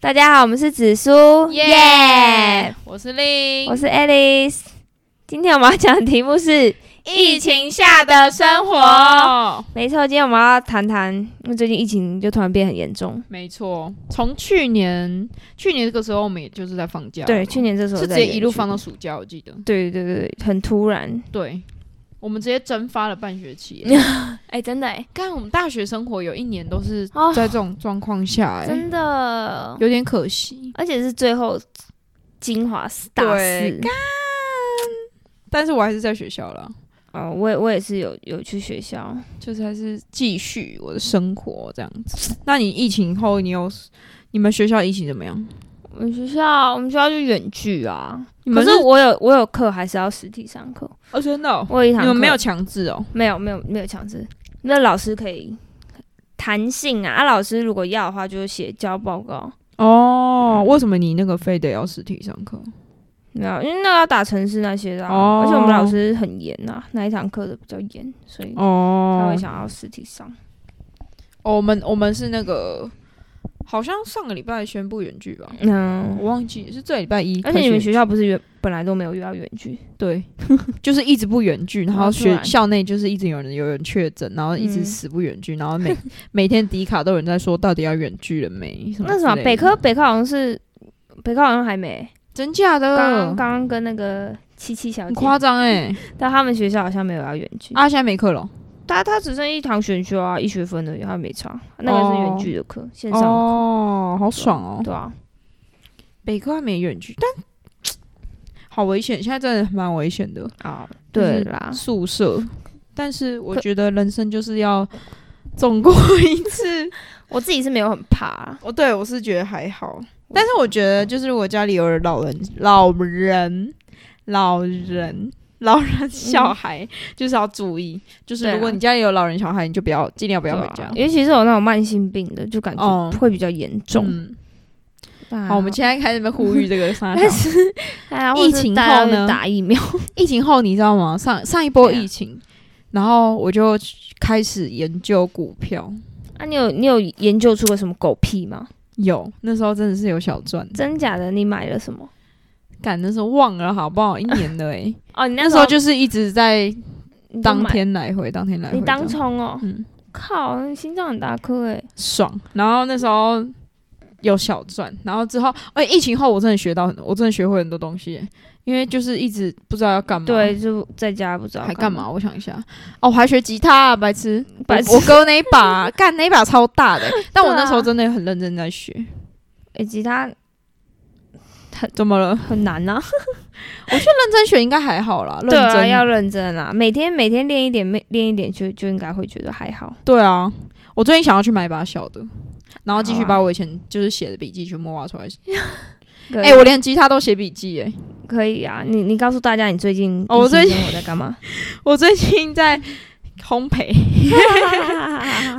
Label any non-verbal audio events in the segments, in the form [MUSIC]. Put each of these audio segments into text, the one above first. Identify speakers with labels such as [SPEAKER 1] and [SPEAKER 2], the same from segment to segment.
[SPEAKER 1] 大家好，我们是紫苏，
[SPEAKER 2] 耶我是令，
[SPEAKER 1] 我是 Alice。今天我们要讲的题目是， [LAUGHS] 疫情下的生活。没错，今天我们要谈谈，因为最近疫情就突然变很严重。
[SPEAKER 2] 没错，从去年去年这个时候，我们也就是在放假了嘛，
[SPEAKER 1] 对，去年这时候
[SPEAKER 2] 是直
[SPEAKER 1] 在
[SPEAKER 2] 接
[SPEAKER 1] 园
[SPEAKER 2] 一路
[SPEAKER 1] 区
[SPEAKER 2] 放到，暑假，我记得。
[SPEAKER 1] 对对对对，很突然。
[SPEAKER 2] 对，我们直接蒸发了半学期。
[SPEAKER 1] [LAUGHS] 哎、真的哎、
[SPEAKER 2] 刚才我们大学生活有一年都是
[SPEAKER 1] 哦
[SPEAKER 2] 在这种状况下、哎，
[SPEAKER 1] 真的，
[SPEAKER 2] 有点可惜。
[SPEAKER 1] 而且是最后精华四大
[SPEAKER 2] 对
[SPEAKER 1] 四。
[SPEAKER 2] 但是我还是在学校了，
[SPEAKER 1] 哦，我也我也是有有去学校，
[SPEAKER 2] 就是还是继续我的生活这样子。那你疫情后，你有你们学校疫情怎么样？
[SPEAKER 1] 我们学校我们学校就远距啊，
[SPEAKER 2] 你
[SPEAKER 1] 可
[SPEAKER 2] 们
[SPEAKER 1] 是我有我有课还是要实体上课，
[SPEAKER 2] 哦，真的哦、
[SPEAKER 1] 我有一堂
[SPEAKER 2] 你们没
[SPEAKER 1] 课
[SPEAKER 2] 有强制哦。
[SPEAKER 1] 没有没有没有强制，那老师可以弹性啊。啊，老师如果要的话，就是写交报告。
[SPEAKER 2] 哦，为什么你那个非得要实体上课？
[SPEAKER 1] 没有，因为那要打城市那些的、啊，
[SPEAKER 2] 哦
[SPEAKER 1] 而且我们老师很严呐、啊，那一堂课的比较严，所以他
[SPEAKER 2] 哦
[SPEAKER 1] 会想要实体上。
[SPEAKER 2] 哦，我们我们是那个，好像上个礼拜宣布远距吧，
[SPEAKER 1] 嗯，
[SPEAKER 2] 我忘记是这礼拜一开
[SPEAKER 1] 而
[SPEAKER 2] 始远距。
[SPEAKER 1] 且你们学校不是原本来都没有遇到远距，
[SPEAKER 2] 对， [LAUGHS] 就是一直不远距，然后
[SPEAKER 1] 哦突
[SPEAKER 2] 学
[SPEAKER 1] 然
[SPEAKER 2] 校内就是一直有人有人确诊，然后一直
[SPEAKER 1] 嗯
[SPEAKER 2] 死不远距，然后每 [LAUGHS] 每天迪卡都有人在说到底要远距了没？什么
[SPEAKER 1] 那什么
[SPEAKER 2] 之类的
[SPEAKER 1] 北科北科好像是北科好像还没，
[SPEAKER 2] 真假的？
[SPEAKER 1] 刚刚刚刚跟那个七七小
[SPEAKER 2] 很
[SPEAKER 1] 姐，
[SPEAKER 2] 嗯夸张哎！
[SPEAKER 1] 但他们学校好像没有要远距，
[SPEAKER 2] 啊，现在没课了
[SPEAKER 1] 他他只剩一堂选修啊，一学分而已，他没差，那个是远距的课，线上的课。
[SPEAKER 2] 哦，好爽哦！
[SPEAKER 1] 对啊，
[SPEAKER 2] 北科还没远距，但好危险，现在真的蛮危险的。
[SPEAKER 1] 啊，
[SPEAKER 2] 就是
[SPEAKER 1] 对啦，
[SPEAKER 2] 宿舍，但是我
[SPEAKER 1] 可
[SPEAKER 2] 觉得人生就是要总过一次。
[SPEAKER 1] 我自己是没有很怕、啊，
[SPEAKER 2] [LAUGHS] 哦，对我是觉得还好，但是我觉得就是如果家里有人老人、老人、老人、老人、小孩，就是要注意，就是
[SPEAKER 1] 对啊
[SPEAKER 2] 如果你家里有老人、小孩，你就不要尽量不
[SPEAKER 1] 不
[SPEAKER 2] 要回家。嗯
[SPEAKER 1] 尤啊其是有那种慢性病的，就感
[SPEAKER 2] 哦
[SPEAKER 1] 觉会比较严重。
[SPEAKER 2] 嗯，
[SPEAKER 1] 对啊
[SPEAKER 2] 好，我们现在开始在呼吁这个啥小
[SPEAKER 1] 但是，哎呀，
[SPEAKER 2] 疫
[SPEAKER 1] 或者是
[SPEAKER 2] 情
[SPEAKER 1] 大家
[SPEAKER 2] 后呢
[SPEAKER 1] 去打疫苗，
[SPEAKER 2] 疫情后你知道吗？上上一波
[SPEAKER 1] 对啊
[SPEAKER 2] 疫情，然后我就开始研究股票，
[SPEAKER 1] 啊，你有你有研究出个什么狗屁吗？
[SPEAKER 2] 有那时候真的是有小赚，
[SPEAKER 1] 真假的？你买了什么？
[SPEAKER 2] 干那时候忘了好不好？一年了
[SPEAKER 1] [LAUGHS]
[SPEAKER 2] 哎、欸，
[SPEAKER 1] 哦，你
[SPEAKER 2] 那时候就是一直在
[SPEAKER 1] 你就
[SPEAKER 2] 当
[SPEAKER 1] 买
[SPEAKER 2] 天来回，当天来回这
[SPEAKER 1] 你
[SPEAKER 2] 样，
[SPEAKER 1] 当冲哦，
[SPEAKER 2] 嗯
[SPEAKER 1] 靠，你心脏很大颗哎、
[SPEAKER 2] 爽。然后那时候有小赚，然后之后，哎、疫情后我真的学到很多，我真的学会很多东西欸、因为就是一直不知道要干嘛，
[SPEAKER 1] 对，，就在家不知道
[SPEAKER 2] 嗯还干嘛？。我想一下，哦，我还学吉他、啊，白痴，
[SPEAKER 1] 白
[SPEAKER 2] 我
[SPEAKER 1] 痴
[SPEAKER 2] 我哥那一
[SPEAKER 1] [LAUGHS]
[SPEAKER 2] 把，干那一把超大的欸、但我
[SPEAKER 1] 对啊
[SPEAKER 2] 那时候真的很认真在学。
[SPEAKER 1] 哎、吉他
[SPEAKER 2] 怎么了？
[SPEAKER 1] 很难呐、
[SPEAKER 2] 认真学应该还好 [LAUGHS] 啦，认
[SPEAKER 1] 对
[SPEAKER 2] 真、
[SPEAKER 1] 啊，要认真啊，每天每天练一点，每练一点就就应该会觉得还好。
[SPEAKER 2] 对啊，我最近想要去买一把小的，然后继续
[SPEAKER 1] 好啊
[SPEAKER 2] 把我以前就是写的笔记全部挖出来。
[SPEAKER 1] 哎
[SPEAKER 2] 哎、我连吉他都写笔记哎、
[SPEAKER 1] 可以啊，你你告诉大家你最近
[SPEAKER 2] 哦我最近
[SPEAKER 1] 疫情我在干
[SPEAKER 2] [LAUGHS]
[SPEAKER 1] 嘛？
[SPEAKER 2] 我最近在烘焙，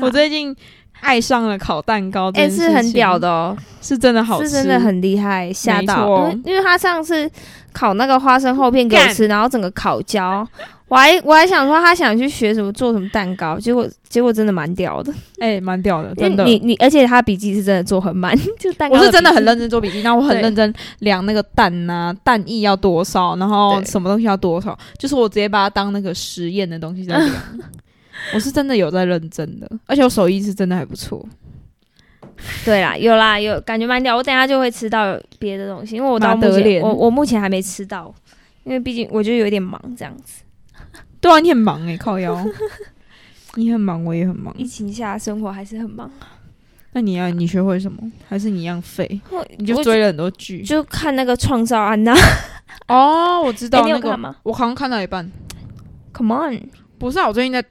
[SPEAKER 2] 我最近爱上了烤蛋糕这
[SPEAKER 1] [LAUGHS] 啊哎、
[SPEAKER 2] 件事情，
[SPEAKER 1] 是很屌的哦，
[SPEAKER 2] 是真的好吃，
[SPEAKER 1] 是真的很厉害，吓到
[SPEAKER 2] 没错，
[SPEAKER 1] 因为因为他上次烤那个花生厚片给我吃，然后整个烤焦，我还我还想说他想去学什么做什么蛋糕，结果结果真的蛮屌的，
[SPEAKER 2] 哎，蛮、屌的，
[SPEAKER 1] 因
[SPEAKER 2] 真
[SPEAKER 1] 为
[SPEAKER 2] 的。
[SPEAKER 1] 你你而且他笔记是真的做很慢， [LAUGHS] 就蛋糕
[SPEAKER 2] 我是真的
[SPEAKER 1] 笔记
[SPEAKER 2] 很认真做笔记，然后我很
[SPEAKER 1] 对
[SPEAKER 2] 认真量那个蛋呐、蛋液要多少，然后
[SPEAKER 1] 对
[SPEAKER 2] 什么东西要多少，就是我直接把它当那个实验的东
[SPEAKER 1] [LAUGHS]
[SPEAKER 2] 西在量。我是真的有在认真的，而且我手艺是真的还不错。
[SPEAKER 1] 对啦，有啦有感觉蛮屌，我等一下就会吃到别的东西，因为我到
[SPEAKER 2] 马
[SPEAKER 1] 目
[SPEAKER 2] 德
[SPEAKER 1] 前
[SPEAKER 2] 莲
[SPEAKER 1] 我我目前还没吃到，因为毕竟我就有点忙这样子，
[SPEAKER 2] 对啊，你很忙哎、
[SPEAKER 1] [LAUGHS]
[SPEAKER 2] 靠腰，你很忙，我也很忙
[SPEAKER 1] 疫。情下生活还是很忙。
[SPEAKER 2] 那你要你学会什么？还是你一样废？
[SPEAKER 1] 我
[SPEAKER 2] 你就
[SPEAKER 1] 我
[SPEAKER 2] 追了很多剧
[SPEAKER 1] 就看那个《创造安娜》
[SPEAKER 2] 哦，我知道、
[SPEAKER 1] 哎你有
[SPEAKER 2] 那个
[SPEAKER 1] 看吗，
[SPEAKER 2] 我好像看到一半。
[SPEAKER 1] ，Come on，
[SPEAKER 2] 不是啊，我最近在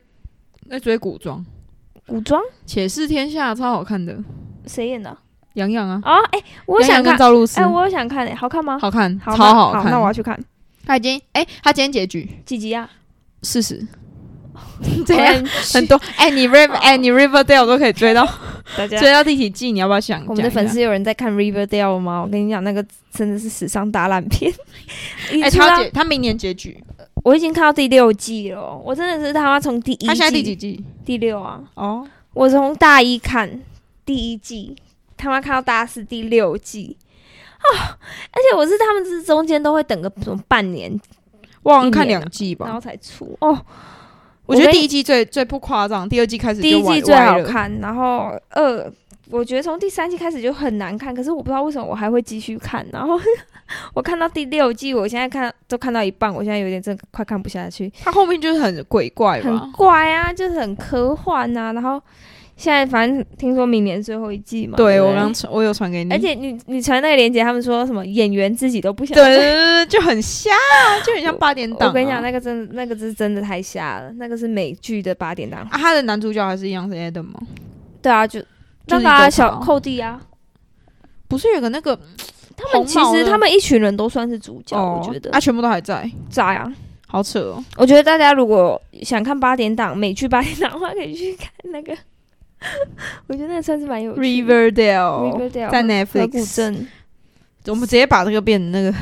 [SPEAKER 2] 在追古装，
[SPEAKER 1] 古装
[SPEAKER 2] 《且试天下》超好看的，
[SPEAKER 1] 谁演的啊？
[SPEAKER 2] 杨洋啊，
[SPEAKER 1] 哦哎、我
[SPEAKER 2] 杨
[SPEAKER 1] 想
[SPEAKER 2] 洋
[SPEAKER 1] 看
[SPEAKER 2] 跟，赵露思，
[SPEAKER 1] 哎、我有想看、哎，好看吗？
[SPEAKER 2] 好看，
[SPEAKER 1] 好
[SPEAKER 2] 超
[SPEAKER 1] 那
[SPEAKER 2] 好
[SPEAKER 1] 好
[SPEAKER 2] 看。
[SPEAKER 1] 那我要去看
[SPEAKER 2] 他今天哎、他今天结局
[SPEAKER 1] 几集啊？[LAUGHS]
[SPEAKER 2] 四十，怎样？
[SPEAKER 1] Orange
[SPEAKER 2] [LAUGHS] 很多
[SPEAKER 1] [LAUGHS]
[SPEAKER 2] 哎、你 River 哎、
[SPEAKER 1] 哦
[SPEAKER 2] 你 Riverdale 都可以追到
[SPEAKER 1] 大家。
[SPEAKER 2] 追到第几季？你要不要想？
[SPEAKER 1] 啊我们的
[SPEAKER 2] 讲一
[SPEAKER 1] 粉
[SPEAKER 2] 下
[SPEAKER 1] 丝有人在看《Riverdale》吗？我跟你讲，那个真的是史上大烂片。
[SPEAKER 2] 哎、
[SPEAKER 1] 哎
[SPEAKER 2] 他结他明年结局，
[SPEAKER 1] 我已经看到第六季了哦，我真的是他妈从第一季，
[SPEAKER 2] 他现在第几季？
[SPEAKER 1] 第六啊！
[SPEAKER 2] 哦，
[SPEAKER 1] 我从大一看第一季，他妈看到大四第六季啊、而且我是他们是中间都会等个什么半年，
[SPEAKER 2] 我好像看
[SPEAKER 1] 一年啊
[SPEAKER 2] 两季
[SPEAKER 1] 然
[SPEAKER 2] 吧
[SPEAKER 1] 后。才出哦。
[SPEAKER 2] 我觉
[SPEAKER 1] 我跟
[SPEAKER 2] 得第一季最最不夸张，第二季开始就
[SPEAKER 1] 第一
[SPEAKER 2] 歪
[SPEAKER 1] 季最好
[SPEAKER 2] 歪了
[SPEAKER 1] 看，然后二，我觉得从第三季开始就很难看，可是我不知道为什么我还会继续看，然后 [LAUGHS] 我看到第六季，我现在看都看到一半，我现在有点真的快看不下去，
[SPEAKER 2] 它后面就是很鬼怪
[SPEAKER 1] 很
[SPEAKER 2] 哎吧？
[SPEAKER 1] 怪啊，就是很科幻啊，然后现在反正听说明年最后一季嘛，对
[SPEAKER 2] 对
[SPEAKER 1] 不对，
[SPEAKER 2] 我刚传我有传给你，
[SPEAKER 1] 而且你你传那个链接，他们说什么演员自己都不想
[SPEAKER 2] 对对对，对就很瞎啊，就很像八点档啊。
[SPEAKER 1] 我跟你讲，那个真的，那个是真的太瞎了，那个是美剧的八点档。
[SPEAKER 2] 啊，他的男主角还是一样是 Adam 吗？
[SPEAKER 1] 对啊，就
[SPEAKER 2] 就
[SPEAKER 1] 那
[SPEAKER 2] 是
[SPEAKER 1] 个啊
[SPEAKER 2] 一个
[SPEAKER 1] 小
[SPEAKER 2] 头
[SPEAKER 1] 寇弟啊，
[SPEAKER 2] 不是有个那个
[SPEAKER 1] 他们其
[SPEAKER 2] 红毛
[SPEAKER 1] 实
[SPEAKER 2] 的
[SPEAKER 1] 他们一群人都算是主角，
[SPEAKER 2] 哦，
[SPEAKER 1] 我觉得
[SPEAKER 2] 啊，全部都还在，
[SPEAKER 1] 在啊。
[SPEAKER 2] 好扯哦。
[SPEAKER 1] 我觉得大家如果想看八点档美剧八点档的话，可以去看那个， [LAUGHS] 我觉得那个算是蛮有趣的。
[SPEAKER 2] Riverdale
[SPEAKER 1] Riverdale
[SPEAKER 2] 在
[SPEAKER 1] 河谷
[SPEAKER 2] Netflix，
[SPEAKER 1] 镇，
[SPEAKER 2] 我们直接把这个变成
[SPEAKER 1] [LAUGHS]
[SPEAKER 2] 那个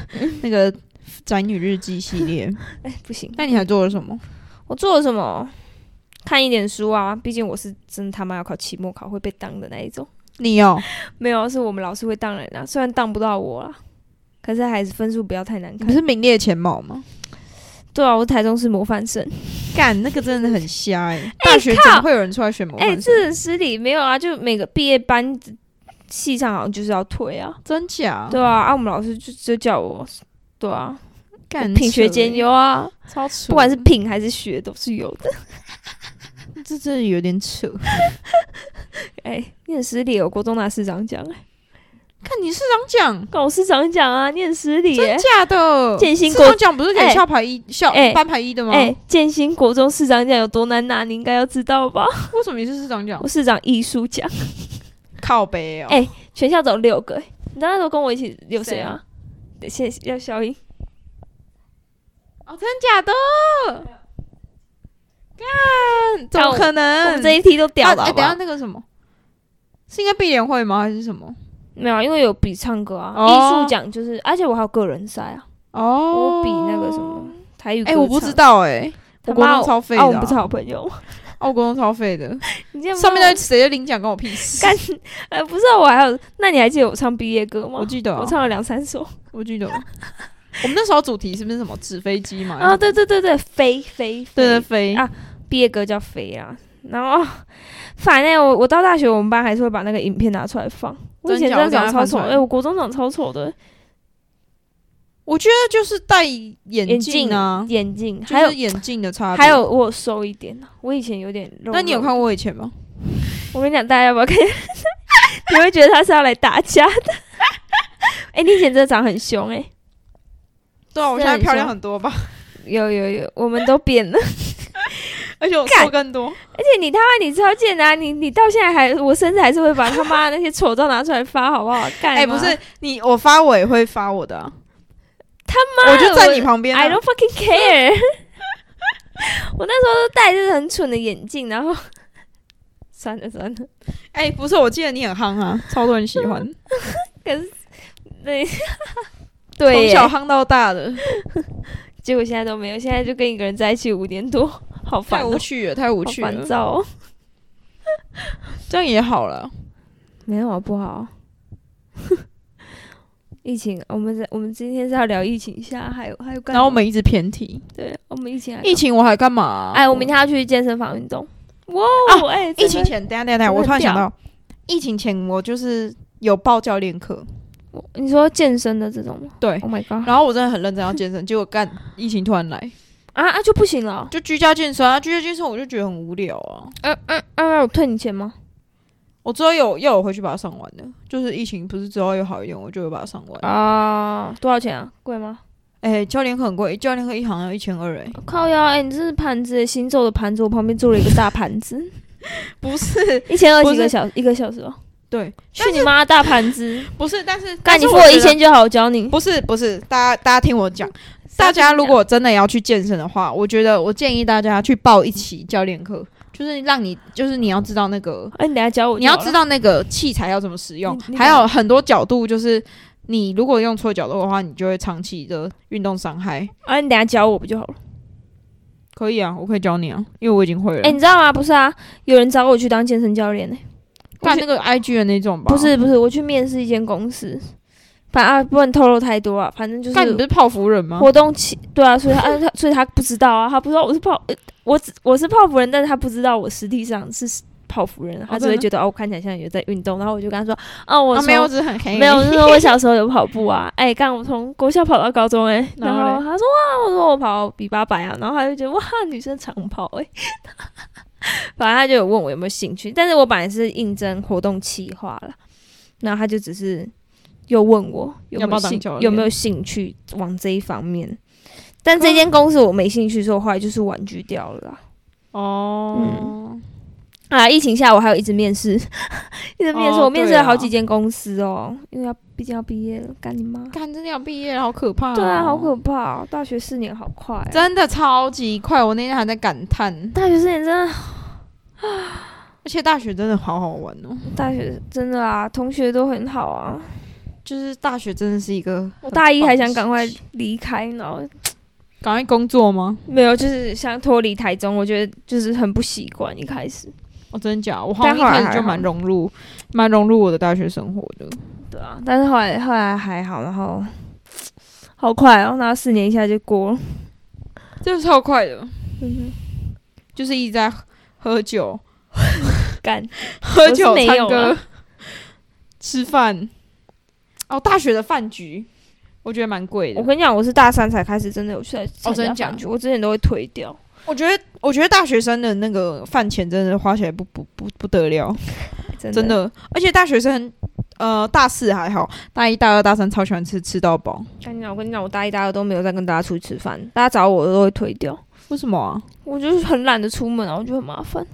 [SPEAKER 2] 那个宅女日记系列。
[SPEAKER 1] 哎，不行，
[SPEAKER 2] 那你还做了什么？
[SPEAKER 1] 我做了什么？看一点书啊，毕竟我是真他妈要考期末考会被当的那一种。
[SPEAKER 2] 你哦，
[SPEAKER 1] 没有，是我们老师会当人啊，虽然当不到我啦，可是还是分数不要太难
[SPEAKER 2] 你
[SPEAKER 1] 看
[SPEAKER 2] 不。是名列前茅吗？
[SPEAKER 1] 对啊，我是台中市模范生。
[SPEAKER 2] 干，那个真的很瞎哎、大学怎么会有人出来选模
[SPEAKER 1] 哎、
[SPEAKER 2] 范生？
[SPEAKER 1] 这私里没有啊，就每个毕业班系上好像就是要退啊。
[SPEAKER 2] 真假？
[SPEAKER 1] 对啊，啊，我们老师就就叫我，对啊，
[SPEAKER 2] 干，
[SPEAKER 1] 品学兼
[SPEAKER 2] 优，
[SPEAKER 1] 优啊，
[SPEAKER 2] 超扯。
[SPEAKER 1] 不管是品还是学都是有的。
[SPEAKER 2] 这真的有点扯。
[SPEAKER 1] 哎、念实里，我国中拿市长奖、哎，
[SPEAKER 2] 看你市长奖，
[SPEAKER 1] 搞市长奖啊，念实里、哎
[SPEAKER 2] 假的，
[SPEAKER 1] 建新
[SPEAKER 2] 市
[SPEAKER 1] 国
[SPEAKER 2] 长奖不是给
[SPEAKER 1] 哎
[SPEAKER 2] 校排一校
[SPEAKER 1] 哎
[SPEAKER 2] 班排一的吗？
[SPEAKER 1] 哎、建新国中市长奖有多难拿，你应该要知道吧？
[SPEAKER 2] 为什么你是市长奖
[SPEAKER 1] 我？市长艺术奖，
[SPEAKER 2] 靠北哦。
[SPEAKER 1] 哎全校只有六个、哎你知道那时候跟我一起有谁
[SPEAKER 2] 谁
[SPEAKER 1] 啊？等一下要消音，
[SPEAKER 2] 哦，真假的？干，怎么可
[SPEAKER 1] 我
[SPEAKER 2] 能？
[SPEAKER 1] 们这一题都掉了
[SPEAKER 2] 啊哎
[SPEAKER 1] 好不
[SPEAKER 2] 等一
[SPEAKER 1] 好
[SPEAKER 2] 下那个什么，是应该闭联会吗？还是什么？
[SPEAKER 1] 没有啊，因为有比唱歌啊，
[SPEAKER 2] 哦
[SPEAKER 1] 艺术奖就是，而且我还有个人赛啊，
[SPEAKER 2] 哦，
[SPEAKER 1] 我比那个什么，台语歌
[SPEAKER 2] 哎、
[SPEAKER 1] 唱。
[SPEAKER 2] 我不知道哎、
[SPEAKER 1] 他
[SPEAKER 2] 我
[SPEAKER 1] 妈，
[SPEAKER 2] 国中超废的、
[SPEAKER 1] 啊，我们不是好朋友吗？
[SPEAKER 2] 啊我国中超废的，
[SPEAKER 1] [LAUGHS] 你这
[SPEAKER 2] 上面那谁的领奖关我屁事？
[SPEAKER 1] 干呃不是啊，我还有，那你还记得我唱毕业歌吗
[SPEAKER 2] 我？记得、啊，
[SPEAKER 1] 我
[SPEAKER 2] 我
[SPEAKER 1] 唱了两三 [LAUGHS] 首
[SPEAKER 2] 记得、啊，我们那时候主题是不是什么纸飞机嘛？
[SPEAKER 1] 啊，对对对对，飞飞
[SPEAKER 2] 对对
[SPEAKER 1] 飞，
[SPEAKER 2] 飞
[SPEAKER 1] 啊毕业歌叫飞啊，然后反正我我到大学，我们班还是会把那个影片拿出来放。我以前
[SPEAKER 2] 真
[SPEAKER 1] 真的长
[SPEAKER 2] 假
[SPEAKER 1] 得超丑，
[SPEAKER 2] 我等一下翻出来
[SPEAKER 1] 哎，我国中长得超丑的，
[SPEAKER 2] 我觉得就是戴眼镜啊，
[SPEAKER 1] 眼镜
[SPEAKER 2] 就是
[SPEAKER 1] 还有
[SPEAKER 2] 眼镜的差别。
[SPEAKER 1] 还有，我有瘦一点啊，我以前有点肉肉。
[SPEAKER 2] 那你有看过我以前吗？
[SPEAKER 1] 我跟你讲，大家要不要看？ [LAUGHS] 你会觉得他是要来打架的。哎、你以前真的长很凶哎、
[SPEAKER 2] 对啊，我
[SPEAKER 1] 是
[SPEAKER 2] 现在
[SPEAKER 1] 很
[SPEAKER 2] 漂亮
[SPEAKER 1] 像
[SPEAKER 2] 很多吧，
[SPEAKER 1] 有有有，我们都变 [LAUGHS] 了。
[SPEAKER 2] [LAUGHS] 而且我
[SPEAKER 1] 干
[SPEAKER 2] 瘦更多。
[SPEAKER 1] 而且你他妈你超贱的啊！你你到现在还，我甚至还是会把他妈的那些丑照拿出来发，好不好？干
[SPEAKER 2] 哎、
[SPEAKER 1] 嘛
[SPEAKER 2] 不是你，我发我也会发我的、啊，
[SPEAKER 1] 他妈
[SPEAKER 2] 我
[SPEAKER 1] 的，
[SPEAKER 2] 就在你旁边、
[SPEAKER 1] I
[SPEAKER 2] 啊
[SPEAKER 1] don't。fucking care 。 [LAUGHS] 我那时候都戴着很蠢的眼镜，然后算了算了，
[SPEAKER 2] 哎、不是，我记得你很夯啊，超多人喜
[SPEAKER 1] 嗯
[SPEAKER 2] 欢，
[SPEAKER 1] 对
[SPEAKER 2] 从
[SPEAKER 1] [LAUGHS] 对耶，
[SPEAKER 2] 小夯到大的，
[SPEAKER 1] 结果现在都没有，现在就跟一个人在一起五年多，好烦、
[SPEAKER 2] 太
[SPEAKER 1] 哦
[SPEAKER 2] 无趣了，太无
[SPEAKER 1] 好
[SPEAKER 2] 趣
[SPEAKER 1] 烦
[SPEAKER 2] 了，
[SPEAKER 1] 躁哦。
[SPEAKER 2] 这样也好了。
[SPEAKER 1] 没有啊，不好。 [LAUGHS] 疫情，我们在我们今天是要聊疫情下，还有还有干嘛
[SPEAKER 2] 然后我们一直偏题，
[SPEAKER 1] 对，我们疫情还
[SPEAKER 2] 疫情我还干嘛啊、
[SPEAKER 1] 哎，我明天要去健身房运动。哇哦，哎、
[SPEAKER 2] 疫情前，等一下等一下等一
[SPEAKER 1] 真
[SPEAKER 2] 下，
[SPEAKER 1] 的
[SPEAKER 2] 我突然想
[SPEAKER 1] 屌
[SPEAKER 2] 到，疫情前我就是有报教练课，
[SPEAKER 1] 我你说健身的这种吗
[SPEAKER 2] 对，
[SPEAKER 1] ？Oh my god！
[SPEAKER 2] 然后我真的很认真要健身，结果干疫情突然来，
[SPEAKER 1] 啊啊就不行了、
[SPEAKER 2] 就居家健身啊，居家健身我就觉得很无聊啊。
[SPEAKER 1] 嗯嗯嗯，我退你钱吗？
[SPEAKER 2] 我之后有又有回去把它上完的，就是疫情不是之后又好一点，我就有把它上完。
[SPEAKER 1] 啊，多少钱啊？贵吗？
[SPEAKER 2] 哎、教练课很贵，教练课一堂要一千二哎，
[SPEAKER 1] 靠腰，哎、你这是盘子耶，行走的盘子，我旁边做了一个大盘 [LAUGHS] 子，
[SPEAKER 2] 不是，
[SPEAKER 1] 一千二
[SPEAKER 2] 不
[SPEAKER 1] 几
[SPEAKER 2] 是
[SPEAKER 1] 个小一个小时哦，
[SPEAKER 2] 对，
[SPEAKER 1] 去你妈的大盘子！
[SPEAKER 2] 不是，但是
[SPEAKER 1] 干，你付
[SPEAKER 2] 我
[SPEAKER 1] 我
[SPEAKER 2] 觉
[SPEAKER 1] 一
[SPEAKER 2] 得
[SPEAKER 1] 千就好，我教你。
[SPEAKER 2] 不是不是，大家大家听我讲，大家如果真的要去健身的话，我觉得我建议大家去报一期教练课，就是让你就是你要知道那个
[SPEAKER 1] 哎、你等一下教我就
[SPEAKER 2] 你
[SPEAKER 1] 好
[SPEAKER 2] 要
[SPEAKER 1] 了，
[SPEAKER 2] 知道那个器材要怎么使用
[SPEAKER 1] 你，你
[SPEAKER 2] 还有很多角度，就是你如果用错角度的话，你就会长期的运动伤害。
[SPEAKER 1] 啊，你等一下教我不就好了？
[SPEAKER 2] 可以啊，我可以教你啊，因为我已经会了。
[SPEAKER 1] 哎哎、你知道吗？不是啊，有人找我去当健身教练呢、
[SPEAKER 2] 干
[SPEAKER 1] 去
[SPEAKER 2] 那个 IG 的那种吧？
[SPEAKER 1] 不是不是，我去面试一间公司，反正、啊、不能透露太多啊，反正就
[SPEAKER 2] 干，你不
[SPEAKER 1] 是
[SPEAKER 2] 是泡芙人吗？
[SPEAKER 1] 活动期，对啊，所以他、啊、他所以他不知道啊，他不知道我是泡，呃我只我是泡芙人，但是他不知道我实际上是泡芙人，他只
[SPEAKER 2] 真
[SPEAKER 1] 会
[SPEAKER 2] 的
[SPEAKER 1] 觉得哦，我看起来像有在运动，然后我就跟他说，哦，我
[SPEAKER 2] 啊
[SPEAKER 1] 从
[SPEAKER 2] 没有，我只是很黑。
[SPEAKER 1] 没有，就是我小时候有跑步啊，哎、干我从国校跑到高中哎、然
[SPEAKER 2] 然后
[SPEAKER 1] 后他说哇，我说我跑比八百啊，然后他就觉得哇，女生长跑哎、 [LAUGHS] 反正他就有问我有没有兴趣，但是我本来是应征活动企划了，然后他就只是又问我有
[SPEAKER 2] 要
[SPEAKER 1] 没有
[SPEAKER 2] 不要当
[SPEAKER 1] 兴
[SPEAKER 2] 教练嗯
[SPEAKER 1] 有没有兴趣往这一方面，但这间公司我没兴趣，所以我后来就是婉拒掉了啦。
[SPEAKER 2] 哦，
[SPEAKER 1] 啊，疫情下我还有一直面试， [LAUGHS] 一直面试，
[SPEAKER 2] 哦
[SPEAKER 1] 我面试了好
[SPEAKER 2] 对啊
[SPEAKER 1] 几间公司哦，因为要毕竟要毕业了，干你妈！
[SPEAKER 2] 干真的要毕业了，好可怕哦！
[SPEAKER 1] 对啊，好可怕、哦！大学四年好快、啊，
[SPEAKER 2] 真的超级快。我那天还在感叹，
[SPEAKER 1] 大学四年真的，
[SPEAKER 2] 而且大学真的好好玩哦。
[SPEAKER 1] 大学真的啊，同学都很好啊。
[SPEAKER 2] 就是大学真的是一个很棒的事情，
[SPEAKER 1] 我大一还想赶快离开，然后
[SPEAKER 2] 赶快工作吗？
[SPEAKER 1] 没有，就是想脱离台中，我觉得就是很不习惯一开始。
[SPEAKER 2] 我、哦真的假？我好像
[SPEAKER 1] 但
[SPEAKER 2] 一
[SPEAKER 1] 后来
[SPEAKER 2] 开始
[SPEAKER 1] 还
[SPEAKER 2] 就
[SPEAKER 1] 好
[SPEAKER 2] 蛮融入，蛮融入我的大学生活的。
[SPEAKER 1] 对啊，但是后来后来还好，然后好快哦，那四年一下就过了。
[SPEAKER 2] 真的超快的，
[SPEAKER 1] 嗯
[SPEAKER 2] 就是一直在喝酒、
[SPEAKER 1] 哼，干
[SPEAKER 2] [LAUGHS] 喝
[SPEAKER 1] 是
[SPEAKER 2] 酒、
[SPEAKER 1] 没有啊
[SPEAKER 2] 唱
[SPEAKER 1] 啦
[SPEAKER 2] 歌、吃饭。哦，大学的饭局，我觉得蛮贵的
[SPEAKER 1] 我。跟你讲，我是大三才开始真的有去参参
[SPEAKER 2] 哦真
[SPEAKER 1] 加
[SPEAKER 2] 的假
[SPEAKER 1] 饭局，我之前都会推掉。
[SPEAKER 2] 我觉得，我觉得大学生的那个饭钱真的花起来不不不不得了，
[SPEAKER 1] 真
[SPEAKER 2] 真的。哦而且大学生，呃，大四还好，大一、大二、大三超喜欢吃吃到饱。
[SPEAKER 1] 跟你讲，我跟你讲，我大一、大二都没有再跟大家出去吃饭，大家找我我都会推掉。
[SPEAKER 2] 为什么啊？
[SPEAKER 1] 我就是很懒得出门啊，我觉得很麻烦。